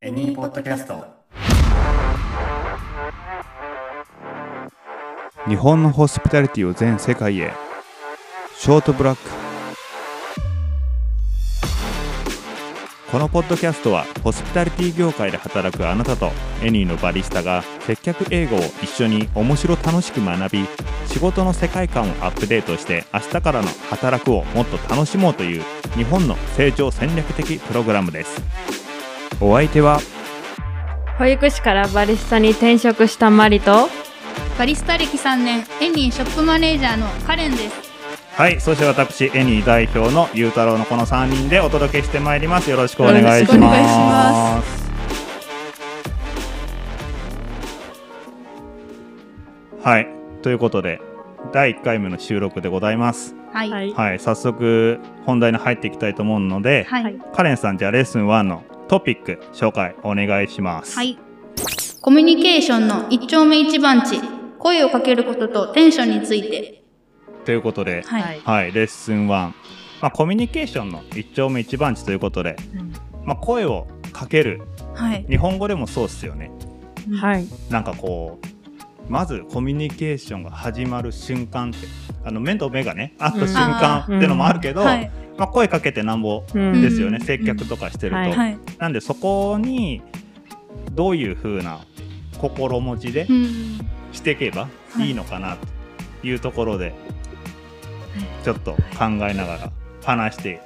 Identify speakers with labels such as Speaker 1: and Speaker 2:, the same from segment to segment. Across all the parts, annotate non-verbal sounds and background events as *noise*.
Speaker 1: エニーポッドキャスト
Speaker 2: 日本のホスピタリティを全世界へショートブラックこのポッドキャストはホスピタリティ業界で働くあなたとエニーのバリスタが接客英語を一緒に面白楽しく学び仕事の世界観をアップデートして明日からの働くをもっと楽しもうという日本の成長戦略的プログラムですお相手は
Speaker 3: 保育士からバリスタに転職したマリと
Speaker 4: バリスタ歴3年、エニーショップマネージャーのカレンです。
Speaker 2: はい、そして私、エニー代表のゆうたろうのこの3人でお届けしてまいります。よろしくお願いします。
Speaker 4: よろしくお願いしま
Speaker 2: はい、ということで、第1回目の収録でございます。
Speaker 4: はい。はい。
Speaker 3: い
Speaker 2: はい、早速、本題に入っていきたいと思うので、
Speaker 4: はい。
Speaker 2: カレンさん、じゃあレッスン1のトピック紹介お願いします。
Speaker 4: コミュニケーションの一丁目一番地、声をかけることとテンションについて。
Speaker 2: ということで、
Speaker 4: はい。
Speaker 2: はい、レッスン1、まあ、コミュニケーションの一丁目一番地ということで、まあ、声をかける
Speaker 4: はい。
Speaker 2: 日本語でもそうっすよね
Speaker 3: はい
Speaker 2: なんかこうまずコミュニケーションが始まる瞬間ってあの目と目がねあった瞬間
Speaker 3: うん
Speaker 2: ってのもあるけど、
Speaker 4: はい。
Speaker 2: まあ、声かけてなんぼ
Speaker 3: うん
Speaker 4: ん
Speaker 2: ですよね、
Speaker 4: うん
Speaker 2: 接客とかしてると、
Speaker 3: はい
Speaker 4: はい。
Speaker 2: なんでそこにどういう風な心持ちで
Speaker 4: うん。
Speaker 2: していけばいいのかなというところで、ちょっと考えながら話して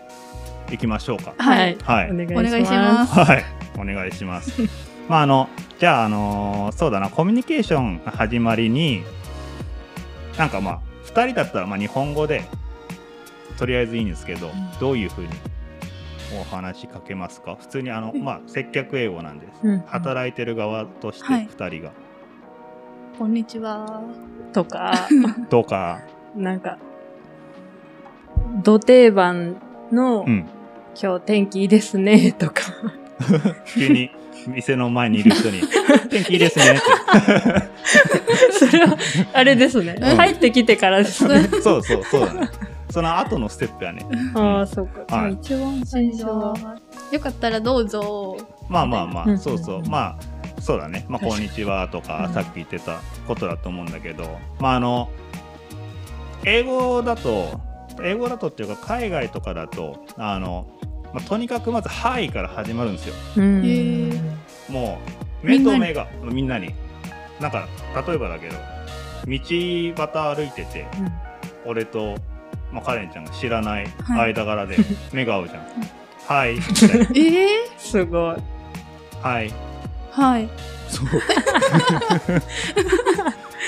Speaker 2: いきましょうか。
Speaker 4: はい。
Speaker 2: はい、
Speaker 3: お
Speaker 4: お願いします。
Speaker 2: はい、お願いします。 *laughs* まああのじゃああのそうだなコミュニケーションの始まりになんかまあ2人だったらまあ日本語でとりあえずいいんですけど、どういうふうにお話しかけますか普通にあの、
Speaker 4: うん
Speaker 2: まあ接客英語なんです、
Speaker 3: うん
Speaker 2: 働いてる側として
Speaker 4: はい
Speaker 2: 2人が、
Speaker 4: こんにちは。
Speaker 3: とか
Speaker 2: どうか
Speaker 3: なんか土定番の、
Speaker 2: うん
Speaker 3: 今日天気いいですね」とか *laughs*
Speaker 2: 急に店の前にいる人に「天気いいですね」って
Speaker 3: それはあれですね、
Speaker 2: うん
Speaker 3: 入ってきてからですね
Speaker 2: そうそうそうだねその後のステップはね
Speaker 3: ああそうか、
Speaker 2: はい
Speaker 3: 一番最初は
Speaker 4: よかったらどうぞ。
Speaker 2: まあまあま
Speaker 3: うん
Speaker 2: あ、そうそうう、
Speaker 3: ん
Speaker 2: まあ、そうだね、まあ、こんにちはとか
Speaker 3: う、ん
Speaker 2: さっき言ってたことだと思うんだけど、まあ、あの、英語だと、英語だとっていうか、海外とかだと、あの、まあ、とにかくまず、はいから始まるんですよ。
Speaker 3: うん
Speaker 4: へえ
Speaker 2: もう、目
Speaker 4: みんな
Speaker 2: と
Speaker 4: に
Speaker 2: 目が、みんなに。なんか、例えばだけど、道端歩いてて、
Speaker 3: うん
Speaker 2: 俺と、まあ、カレンちゃんが知らない間柄 *laughs* で、目が合うじゃん。はい、みた *laughs* いな
Speaker 4: ええ
Speaker 3: すごい
Speaker 2: はい。
Speaker 4: はい。
Speaker 2: そう。 *laughs* い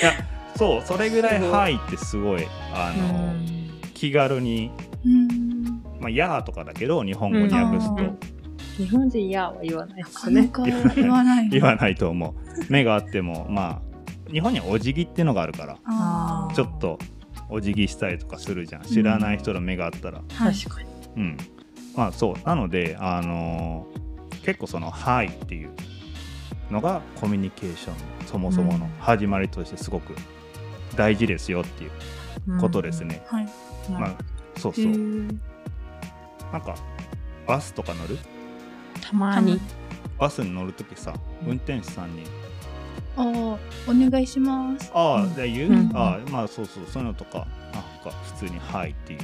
Speaker 2: や、そう、それぐらい、
Speaker 3: すごい
Speaker 2: はいってすごい、あの、気軽に、
Speaker 4: うん。
Speaker 2: まあ、やーとかだけど、日本語に訳すと、
Speaker 3: うん日本人「や」は言わないで
Speaker 4: な
Speaker 3: す
Speaker 4: かな
Speaker 3: ね
Speaker 4: か言わない。
Speaker 2: 言わないと思う。目があっても、まあ、日本にはお辞儀ってのがあるから、
Speaker 4: あ
Speaker 2: ちょっとお辞儀したりとかするじゃん。知らない人の目があったら。
Speaker 4: あ。はい。
Speaker 3: 確かに
Speaker 2: うん。まあ、そう。なので、あのー結構その、はいっていうのが、コミュニケーションの、そもそもの始まりとしてすごく大事ですよっていうことですね。
Speaker 4: はい。
Speaker 2: まあ、そうそう。なんか、バスとか乗る
Speaker 3: たまに
Speaker 2: バスに乗るときさ、運転手さんに、
Speaker 4: ああ、お願いします。
Speaker 2: ああ、
Speaker 4: うん
Speaker 2: で言う、
Speaker 3: うん
Speaker 2: ああ、まあそうそう、そういうのとか、なんか普通に、はいって言う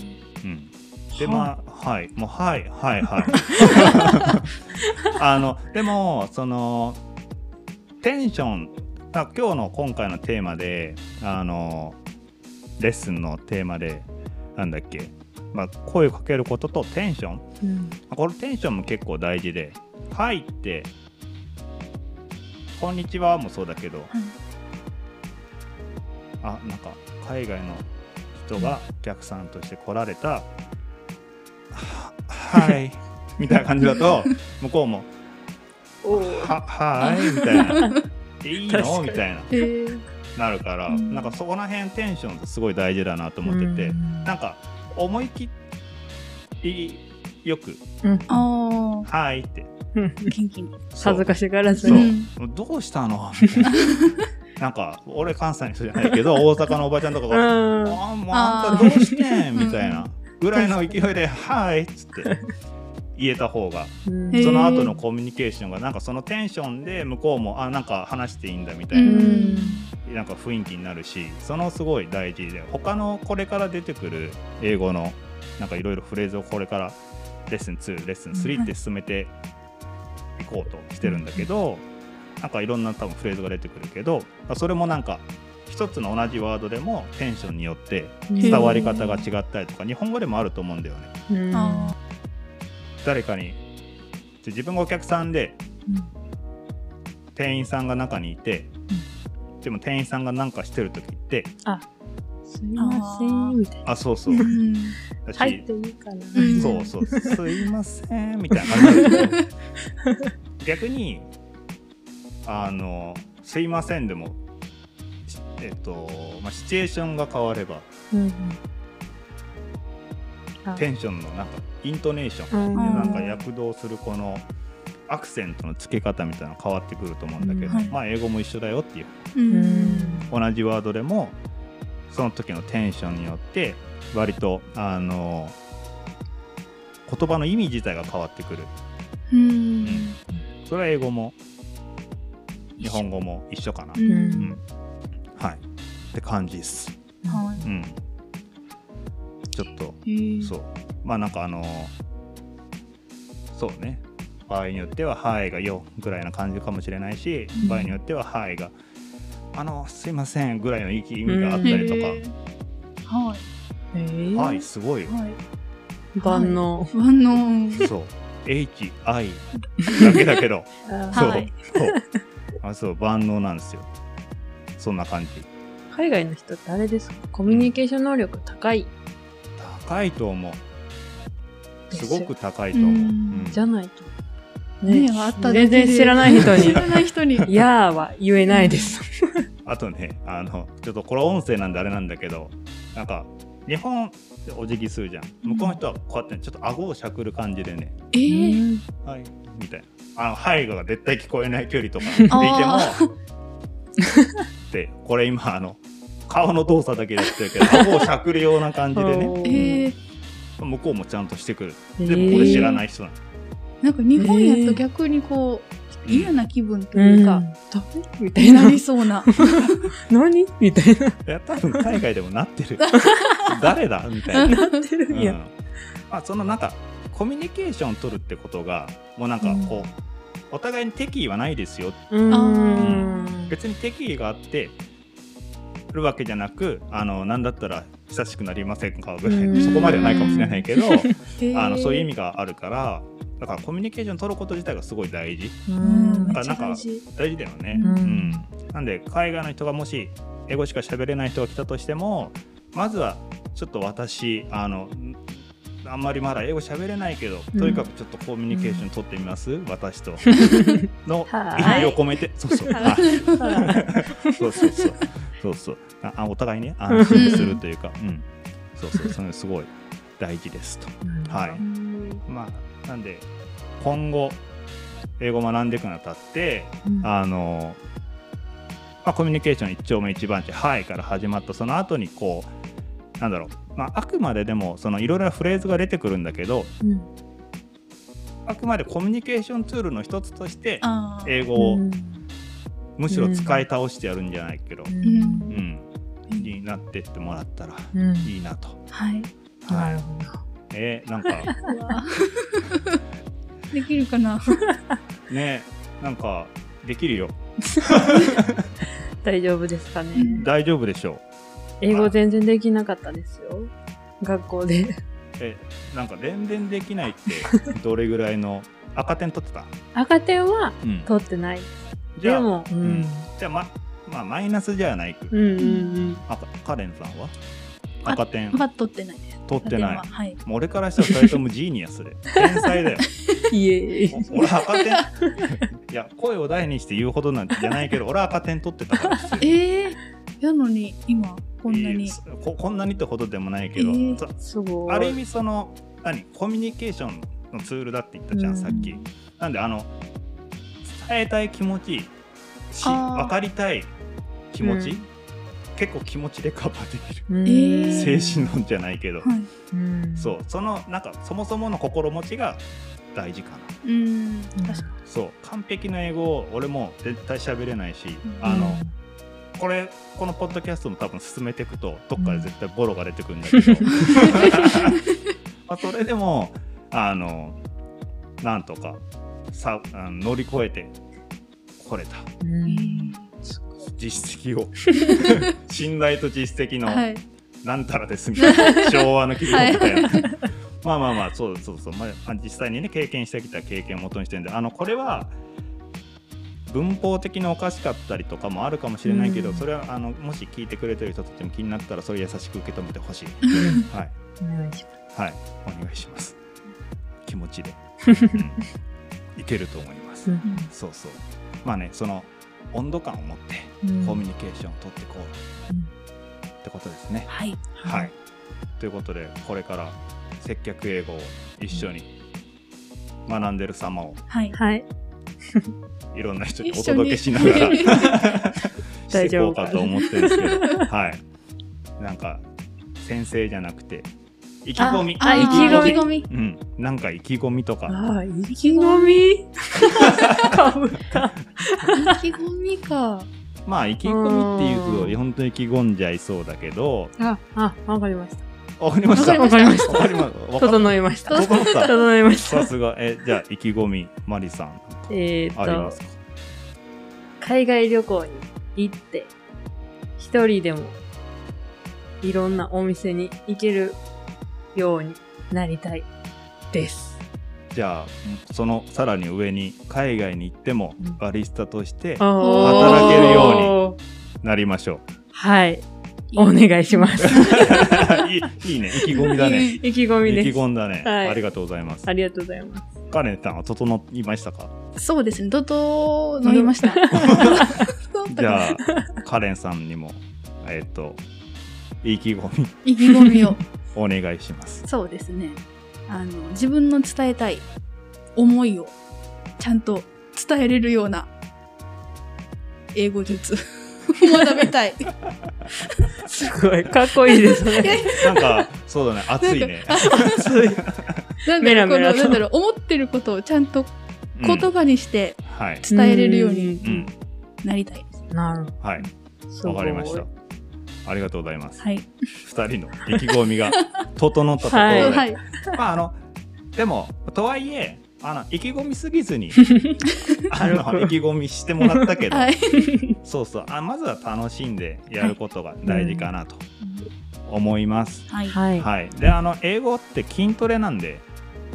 Speaker 2: し。うん。で、まあ、はい、もう、はい、はい、 *laughs* はい。あの、でも、その、テンション、あ今日の今回のテーマで、あの、レッスンのテーマで、なんだっけ、まあ、声をかけることとテンション
Speaker 3: うん
Speaker 2: このテンションも結構大事で「はい」って「こんにちは」もそうだけど、あなんか海外の人がお客さんとして来られた「ははい」 *laughs* みたいな感じだと向こうも
Speaker 3: お
Speaker 2: 「ははい」みたいな「いい
Speaker 3: 確か
Speaker 2: の?」
Speaker 3: に
Speaker 2: みたいな
Speaker 4: えー
Speaker 2: なるから、
Speaker 4: うん
Speaker 2: なんかそこら辺テンションってすごい大事だなと思ってて、なんか思い切りよく
Speaker 4: あ
Speaker 2: 「はい」って
Speaker 4: あ、元気に。
Speaker 3: 恥ずかしがらず
Speaker 2: そう
Speaker 3: に
Speaker 4: ん
Speaker 2: どうしたのみたいななんか俺関西の人じゃないけど大阪のおばちゃんとか
Speaker 3: う
Speaker 2: が「
Speaker 3: ん
Speaker 2: ああもう
Speaker 4: あ
Speaker 2: あ
Speaker 4: ー
Speaker 2: んたどうしてん?」みたい
Speaker 4: うん
Speaker 2: なぐらいの勢いで「はい」っつって言言えた方が
Speaker 3: うん
Speaker 4: へー
Speaker 2: その後のコミュニケーションがなんかそのテンションで向こうもあなんか話していいんだみたいな
Speaker 4: うん
Speaker 2: なんか雰囲気になるしそのすごい大事で他のこれから出てくる英語のなんかいろいろフレーズをこれからレッスン2レッスン3って進めていこうとしてるんだけど、なんかいろんな多分フレーズが出てくるけどそれもなんか一つの同じワードでもテンションによって伝わり方が違ったりとか日本語でもあると思うんだよね。
Speaker 3: うん
Speaker 4: あ
Speaker 2: 誰かにじゃあ自分がお客さんで、店員さんが中にいて、でも店員さんが何かしてる時って
Speaker 3: すいませんみたいな
Speaker 2: あそう
Speaker 4: *laughs*
Speaker 2: そう
Speaker 4: ーうん
Speaker 2: だし、
Speaker 3: 入っていいかな
Speaker 4: うん
Speaker 2: そうそうすいませんみたいな感じ
Speaker 4: *laughs*
Speaker 2: なんだけど逆にあのすいませんでもしえっと、まあ、シチュエーションが変われば
Speaker 3: うんあ
Speaker 2: テンションのなんかイントネーション
Speaker 3: うん
Speaker 2: でなんか躍動するこのアクセントの付け方みたいなの変わってくると思うんだけど、
Speaker 4: うんはい
Speaker 2: まあ英語も一緒だよっていう
Speaker 4: う
Speaker 3: うんん
Speaker 2: 同じワードでもその時のテンションによって割とあの言葉の意味自体が変わってくる
Speaker 4: うん
Speaker 2: それは英語も日本語も一緒かな、う
Speaker 4: う
Speaker 2: ん
Speaker 4: ん
Speaker 2: はいって感じです、
Speaker 4: は
Speaker 2: うん、ちょっと
Speaker 4: いへー
Speaker 2: そうまあなんかあのそうね場合によっては「はい」が「よ」ぐらいな感じかもしれないし、
Speaker 4: うん
Speaker 2: 場合によっては「はい」が「あのすいません」ぐらいの意気意味があったりと
Speaker 4: へ
Speaker 2: か
Speaker 4: ーは
Speaker 3: え
Speaker 2: 「
Speaker 3: ー
Speaker 2: はい」すごいよ
Speaker 4: いはい
Speaker 3: 万能
Speaker 4: 不安の
Speaker 2: そう
Speaker 4: *laughs*
Speaker 2: HI だけだけどそう、
Speaker 4: はい
Speaker 2: そうあそう万能なんですよそんな感じ
Speaker 3: 海外の人ってあれですかコミュニケーション能力高い
Speaker 2: 高いと思う
Speaker 3: です
Speaker 2: す
Speaker 3: よ
Speaker 2: ごく高いと思う、
Speaker 4: うん
Speaker 2: うん
Speaker 3: じゃないと
Speaker 4: ねあっただけ
Speaker 3: 全
Speaker 4: で
Speaker 3: 然知らない人
Speaker 4: 知
Speaker 3: に
Speaker 4: らない人に
Speaker 3: 「やー」は言えないです
Speaker 2: あとねあのちょっとこれ音声なんであれなんだけどなんか日本でお辞儀するじゃん向こうの人はこうやってねちょっと顎をしゃくる感じでね
Speaker 4: えー
Speaker 2: 「はい」みたいなあの「はい」が絶対聞こえない距離とかでいても
Speaker 4: あ
Speaker 2: *laughs* でこれ今あの顔の動作だけでやってるけど顎をしゃくるような感じで
Speaker 3: *laughs*
Speaker 2: ね
Speaker 4: えー
Speaker 2: 向こうもちゃんとしてくる
Speaker 3: えー
Speaker 2: でもこれ知らない人なの、
Speaker 4: なんか日本やと逆にこう、
Speaker 2: えー
Speaker 4: 嫌な気分と
Speaker 3: う
Speaker 4: い
Speaker 3: ん
Speaker 4: う
Speaker 3: ダ
Speaker 4: か、
Speaker 3: メみたい
Speaker 4: にな
Speaker 3: な
Speaker 4: りそうな。
Speaker 3: 何みたい
Speaker 2: いや多分海外でもなってる誰だみたいな
Speaker 3: ななってるん
Speaker 2: うん
Speaker 3: や
Speaker 2: まあ、そのなんかコミュニケーションを取るってことがもうなんかこう、お互いに敵意はないですよ
Speaker 3: うん
Speaker 4: あ
Speaker 2: 別に敵意があってるわけじゃなくあの何だったら親しくなりませんかぐらい
Speaker 3: うん
Speaker 2: そこまではないかもしれないけど
Speaker 4: えー
Speaker 2: あのそういう意味があるからだからコミュニケーションを取ること自体がすごい大事
Speaker 3: う
Speaker 4: うん、
Speaker 3: ん
Speaker 4: めっ
Speaker 2: あ
Speaker 4: ち
Speaker 2: な
Speaker 4: ゃ
Speaker 2: んか
Speaker 4: 大事。
Speaker 2: 大事だよね、
Speaker 3: うん
Speaker 2: なんで海外の人がもし英語しか喋れない人が来たとしてもまずはちょっと私あのんあんまりまだ英語喋れないけど、
Speaker 3: うん
Speaker 2: とにかくちょっとコミュニケーション取ってみます、私
Speaker 3: *laughs*
Speaker 2: との
Speaker 3: は
Speaker 2: 意
Speaker 3: ーい
Speaker 2: 味を込めてそうそう
Speaker 3: は
Speaker 2: はいそうそうそうそうそうああお互いね安心するというか、うん、そうそうそれすごい大事ですと。はいまあ、なんで今後英語を学んでいくにあたってあの、まあ、コミュニケーション一丁目一番地「はい」から始まったその後にこうなんだろう、まあ、あくまででもそのいろいろなフレーズが出てくるんだけど
Speaker 3: うん
Speaker 2: あくまでコミュニケーションツールの一つとして
Speaker 4: あー
Speaker 2: 英語を
Speaker 3: うん
Speaker 2: むしろ使い倒してやるんじゃないけど、
Speaker 3: うん
Speaker 2: うん、になってってもらったら
Speaker 3: うん
Speaker 2: いいなと。
Speaker 4: はい。
Speaker 3: なるほど
Speaker 2: えーなんか
Speaker 4: うわできるかな。
Speaker 2: ねなんかできるよ
Speaker 3: 大丈夫ですかね
Speaker 2: 大丈夫でしょう。
Speaker 3: 英語全然できなかったですよ学校で
Speaker 2: えなんか全然できないってどれぐらいの赤点取ってた、
Speaker 3: 赤点は
Speaker 2: うん
Speaker 3: 取ってない
Speaker 2: じゃ
Speaker 3: で
Speaker 2: あ
Speaker 3: もう
Speaker 2: うんんじゃあままあマイナスじゃないく、
Speaker 3: うんうん
Speaker 2: あかカレンさんは
Speaker 4: あ
Speaker 2: 赤点
Speaker 4: まだ取ってないです。
Speaker 2: 取ってない
Speaker 4: 赤点ははい。
Speaker 2: もう俺からしたら2人ともジーニアスで天才
Speaker 4: *laughs*
Speaker 2: だよ
Speaker 3: うんいえい
Speaker 2: お俺赤点いや声を大にして言うほどなんじゃないけど俺は赤点取ってた
Speaker 4: *laughs*
Speaker 2: から普通に
Speaker 4: ええー、やのに、今、こんない
Speaker 2: い
Speaker 4: に。
Speaker 2: そここんなにってほどでもないけど、
Speaker 4: えー
Speaker 2: そ
Speaker 3: すごい
Speaker 2: ある意味その何コミュニケーションのツールだって言ったじゃん、
Speaker 3: うん
Speaker 2: さっきなんであの伝えたい気持ちし
Speaker 4: あー
Speaker 2: 分かりたい気持ち、
Speaker 3: うん
Speaker 2: 結構気持ちでカバーできる、
Speaker 3: うん
Speaker 4: えー
Speaker 2: 精神論じゃないけど、
Speaker 4: はい。
Speaker 3: うん
Speaker 2: そうそのなんかそもそもの心持ちが大事かな
Speaker 4: うん確か
Speaker 2: そう完璧な英語を俺も絶対喋れないし、
Speaker 4: うん
Speaker 2: あのこれこのポッドキャストも多分進めていくとどっかで絶対ボロが出てくるんだけど、
Speaker 4: *laughs*
Speaker 2: *laughs* まあそれでもあのなんとかさあの乗り越えてこれた
Speaker 3: うん
Speaker 2: 実績
Speaker 4: *laughs*
Speaker 2: を信頼と実績の
Speaker 4: はい
Speaker 2: なんたらですみたい
Speaker 3: *laughs*
Speaker 2: な昭和の企業みたいな。まあまあまあそうそうそう、まあまあ、実際にね経験してきた経験を元にしてるんであのこれは文法的におかしかったりとかもあるかもしれないけど、
Speaker 3: うん
Speaker 2: それはあのもし聞いてくれてる人たちも気になったらそれ優しく受け止めてほしいはい
Speaker 3: お願いしま
Speaker 2: はいお願いします気持ち
Speaker 3: *laughs*
Speaker 2: で、うんいけると思います、
Speaker 3: うん
Speaker 2: そうそうまあねその温度感を持って
Speaker 3: す。うん
Speaker 2: コミュニケーションを取ってこう、
Speaker 3: うん
Speaker 2: ってことですね
Speaker 4: はい
Speaker 2: はい。ということで、これから接客英語を一緒に学んでる様を
Speaker 4: はい
Speaker 3: はい。
Speaker 2: いろんな人にお
Speaker 4: 一緒に
Speaker 2: 届けしながらして
Speaker 3: 大
Speaker 2: い
Speaker 3: 丈
Speaker 2: こう
Speaker 3: 夫か
Speaker 2: かと思ってるんですけど、はい。なんか、先生じゃなくて、意気込み。
Speaker 4: あ
Speaker 3: 意気込み
Speaker 4: 意気込み
Speaker 2: うん。なんか意気込みとか、
Speaker 3: ああ、意気込みかぶった。
Speaker 4: 意気込み *laughs* か
Speaker 2: まあ意気込みっていうと、本当に意気込んじゃいそうだけど、
Speaker 3: あ、あ、わかりました。
Speaker 2: わかりました。
Speaker 4: わ
Speaker 3: わかりまし
Speaker 2: わかりました。わかりまし。
Speaker 3: 整いましたた。
Speaker 2: わかりました。
Speaker 3: 整いまし
Speaker 2: さ
Speaker 3: た。
Speaker 2: すが。え、じゃあ意気込み、マリさん、
Speaker 3: え
Speaker 2: ありま
Speaker 3: ー
Speaker 2: す
Speaker 3: と、
Speaker 2: か
Speaker 3: 海外旅行に行って、一人でもいろんなお店に行けるようになりたいです。
Speaker 2: じゃあそのさらに上に海外に行っても
Speaker 3: うん
Speaker 2: バリスタとして
Speaker 4: 働ける
Speaker 2: よ
Speaker 3: うに。
Speaker 2: なりましょ
Speaker 3: はい。お願いします。
Speaker 2: ういいいいね意気込みだね
Speaker 3: 意気込み
Speaker 2: 意
Speaker 3: です。
Speaker 2: 気込んだね、
Speaker 3: はい
Speaker 2: ありがとうございます
Speaker 3: ありがとうございます。
Speaker 2: カレンさんは整いましたか
Speaker 4: そうですね怒涛乗りました
Speaker 2: じゃあカレンさんにもえっ、と意気込み
Speaker 4: *laughs* 意気込みを
Speaker 2: お願いし
Speaker 4: *laughs*
Speaker 2: ます
Speaker 4: そうですねあの自分の伝えたい思いをちゃんと伝えれるような英語 *laughs* 術学べたい
Speaker 3: すごい、かっこいいで
Speaker 2: *laughs*
Speaker 3: すね。
Speaker 2: なんかそうだね熱いね
Speaker 3: 熱い。
Speaker 4: なん
Speaker 3: メラ
Speaker 4: かこ
Speaker 3: メ
Speaker 4: の
Speaker 3: ラと
Speaker 4: なんだろう思ってることをちゃんと
Speaker 2: うん
Speaker 4: 言葉にして
Speaker 2: はい
Speaker 4: 伝えれるように
Speaker 2: うん
Speaker 4: なりたいです、
Speaker 3: なるほ
Speaker 2: はい
Speaker 3: どすごい
Speaker 2: わかりましたありがとうございます
Speaker 4: はい
Speaker 2: 二人の意気込みが整ったところ
Speaker 3: は
Speaker 2: で、
Speaker 3: い
Speaker 4: はい
Speaker 2: まああのでもとはいえあの意気込みすぎず
Speaker 4: *laughs*
Speaker 2: にあの意気込みしてもらったけど、
Speaker 4: はい
Speaker 2: そうそうあまずは楽しんでやることが大事かなと思います。
Speaker 4: はい
Speaker 3: はい。
Speaker 2: はい、であの英語って筋トレなんで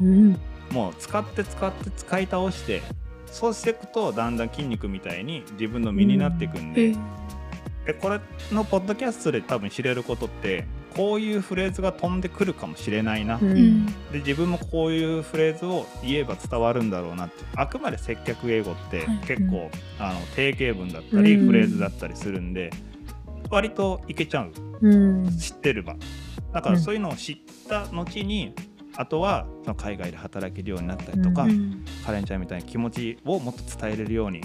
Speaker 3: うん。
Speaker 2: もう使って使って使い倒してそうしていくとだんだん筋肉みたいに自分の身になっていくんで,、でこれのポッドキャストで多分知れることってこういうフレーズが飛んでくるかもしれないな
Speaker 3: う
Speaker 4: うんん。
Speaker 2: で自分もこういうフレーズを言えば伝わるんだろうなってあくまで接客英語って
Speaker 4: はい
Speaker 2: 結構、あの定型文だったり
Speaker 3: うん
Speaker 2: フレーズだったりするんで、割といけちゃう
Speaker 3: うん。
Speaker 2: 知ってればだからそういうのを知った後に、あとはその海外で働けるようになったりとか、
Speaker 3: う
Speaker 4: うん
Speaker 2: カレンちゃんみたいな気持ちをもっと伝えれるように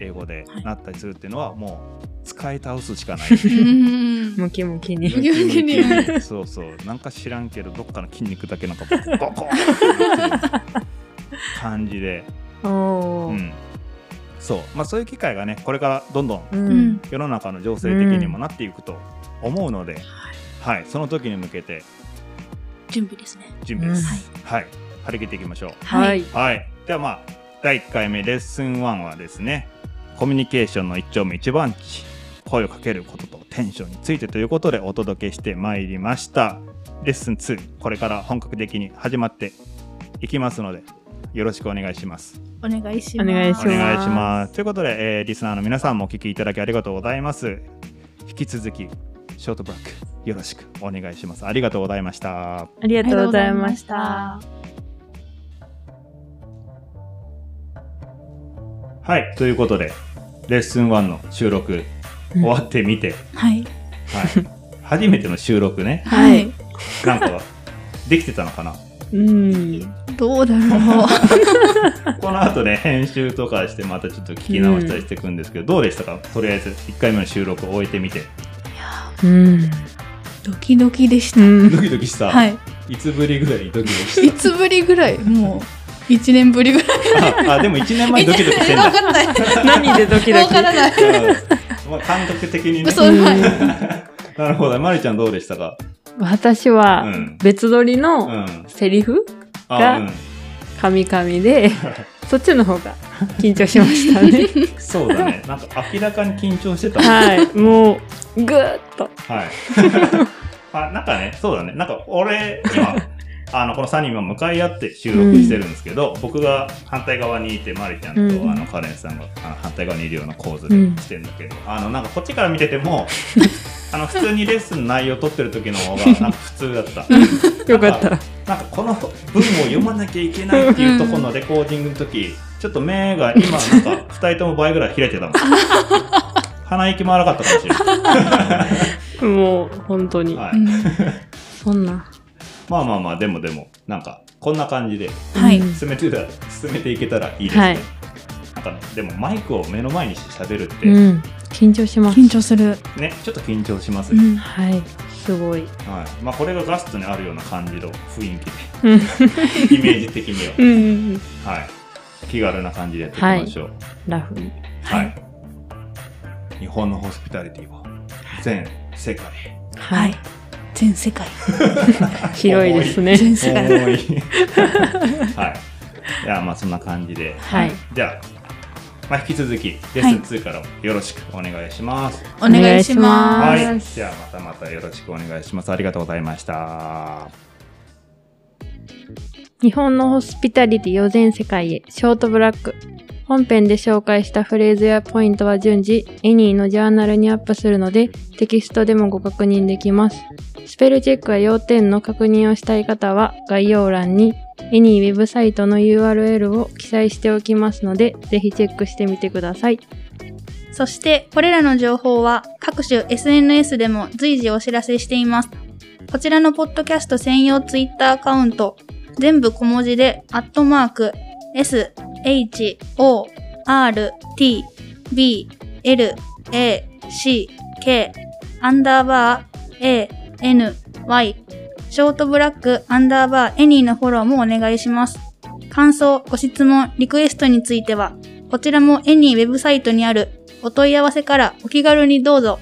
Speaker 2: 英語で
Speaker 4: はい
Speaker 2: なったりするっていうのはもう使い倒すしかない。
Speaker 4: うん
Speaker 3: ムキムキ
Speaker 2: ム
Speaker 3: に。
Speaker 2: キムキに
Speaker 4: ムキ
Speaker 2: そうそうなんか知らんけどどっかの筋肉だけなんかボコーンって感じで、
Speaker 3: お
Speaker 2: う
Speaker 3: ー。
Speaker 2: ん、そうまあそういう機会がねこれからどんどん
Speaker 3: うん
Speaker 4: うん
Speaker 2: 世の中の情勢的にもなっていくと思うので、はい、その時に向けて
Speaker 4: 準備ですね
Speaker 2: 準備です、はい、張り切っていきましょう
Speaker 3: はい。
Speaker 2: はいではまあ第1回目レッスン1はですねコミュニケーションの一丁目一番地声をかけることとテンションについてということでお届けしてまいりましたレッスン2これから本格的に始まっていきますのでよろしくお願いします
Speaker 4: お願いします
Speaker 3: お願い
Speaker 2: お
Speaker 3: します
Speaker 2: 願いしますということで、えーリスナーの皆さんもお聞きいただきありがとうございます引き続きショートブラックよろしくお願いしますありがとうございました
Speaker 3: あり
Speaker 4: あ
Speaker 3: が
Speaker 4: り
Speaker 3: と
Speaker 4: がと
Speaker 3: うござ
Speaker 4: うござ
Speaker 3: い
Speaker 4: い
Speaker 3: ま
Speaker 4: ま
Speaker 3: し。
Speaker 4: したた
Speaker 2: はいということでレッスン1の収録終わってみて、
Speaker 4: は
Speaker 2: は
Speaker 4: い
Speaker 2: い、初めての収録ね
Speaker 3: は
Speaker 4: はいい
Speaker 2: なんかできてたのかな
Speaker 3: うん。
Speaker 4: どうだろう
Speaker 5: *laughs*
Speaker 2: この後ね編集とかしてまたちょっと聞き直したりしていくんですけど、どうでしたかとりあえず1回目の収録を終えてみて
Speaker 3: うん。
Speaker 4: ドキドキでし
Speaker 3: う
Speaker 4: た
Speaker 2: ド
Speaker 3: ん。
Speaker 2: キドキした、
Speaker 4: はい
Speaker 2: いつぶりぐらいにドキドキ
Speaker 4: い
Speaker 2: し
Speaker 4: つぶりぐらいもう
Speaker 5: 1年ぶりぐらい。
Speaker 2: ああでも1年前ドキドキしてんだ
Speaker 5: わかんない。わ
Speaker 3: 何でドキドキ
Speaker 5: からない。
Speaker 2: うんまあ感覚的にね
Speaker 5: 嘘、はい。
Speaker 2: なるほどまるちゃんどうでしたか
Speaker 3: 私
Speaker 2: う
Speaker 3: は
Speaker 2: ん
Speaker 3: 別撮り
Speaker 2: う
Speaker 3: の
Speaker 2: ん
Speaker 3: セリフ
Speaker 2: あ
Speaker 3: が
Speaker 2: うん
Speaker 3: カミカ
Speaker 2: *laughs*
Speaker 3: ミでそっちの方が緊張しましたね
Speaker 2: そうだねなんか明らかに緊張してた
Speaker 3: はいもうぐーっと
Speaker 2: はい。あ、なんかね、そうだね。なんか俺、今、あの、この3人今向かい合って収録してるんですけど、僕が反対側にいて、マリちゃんと、
Speaker 3: うん
Speaker 2: あの、カレンさんがあの反対側にいるような構図
Speaker 3: う
Speaker 2: で
Speaker 3: ん
Speaker 2: してんだけど、あの、なんかこっちから見てても、あの、普通にレッスンの内容取ってる時の方が、なんか普通だった。
Speaker 3: よかった
Speaker 2: なんかこの文を読まなきゃいけないっていうところのレコーディングの時、ちょっと目が今なんか2人とも倍ぐらい開いてたもん。鼻息も荒かったかもしれない。
Speaker 3: もう本当に、
Speaker 2: は
Speaker 5: う
Speaker 2: い
Speaker 5: ん
Speaker 3: そんな
Speaker 2: まあまあまあ、でもでも、なんか、こんな感じで
Speaker 5: はい
Speaker 3: うん
Speaker 2: 進めてたら、進めていけたらいいですね。
Speaker 3: はい
Speaker 2: なんか、でもマイクを目の前にして喋るって、
Speaker 3: うん、緊張します
Speaker 5: 緊張する。
Speaker 2: ね、ちょっと緊張します
Speaker 5: う
Speaker 2: よ、
Speaker 5: ん
Speaker 3: はいす
Speaker 2: *laughs*
Speaker 3: ごい
Speaker 2: はい。まあ、これがガストにあるような感じの雰囲
Speaker 3: *laughs* うん
Speaker 2: 気で、イメージ的に
Speaker 3: うんうんうん
Speaker 2: は、はい。気軽な感じでやっていきましょう。
Speaker 3: ラフに
Speaker 2: はい。日本のホスピタリティは、全世界。
Speaker 3: は
Speaker 5: はいい。全世界。
Speaker 3: 広いですね
Speaker 5: 全世界。
Speaker 2: 重い。
Speaker 3: *laughs*
Speaker 2: はい。じゃあ、まあ、そんな感じで。
Speaker 3: はい
Speaker 2: じゃあ、まあ、引き続き、レッスン2からもよろしくお願いします。
Speaker 5: お願いします。
Speaker 3: は
Speaker 2: はいい。じゃあ、またまたよろしくお願いします。ありがとうございました。
Speaker 3: 日本のホスピタリティを全世界へショートブラック本編で紹介したフレーズやポイントは順次エニーのジャーナルにアップするのでテキストでもご確認できますスペルチェックや要点の確認をしたい方は概要欄にエニーウェブサイトの URL を記載しておきますのでぜひチェックしてみてください
Speaker 4: そして、これらの情報は各種 SNS でも随時お知らせしています。こちらのポッドキャスト専用ツイッターアカウント、全部小文字で、アットマーク、s, h, o, r, t, b, l, a, c, k, アンダーバー、a, n, y、ショートブラック、アンダーバー、エニーのフォローもお願いします。感想、ご質問、リクエストについては、こちらもエニーウェブサイトにあるお問い合わせからお気軽にどうぞ。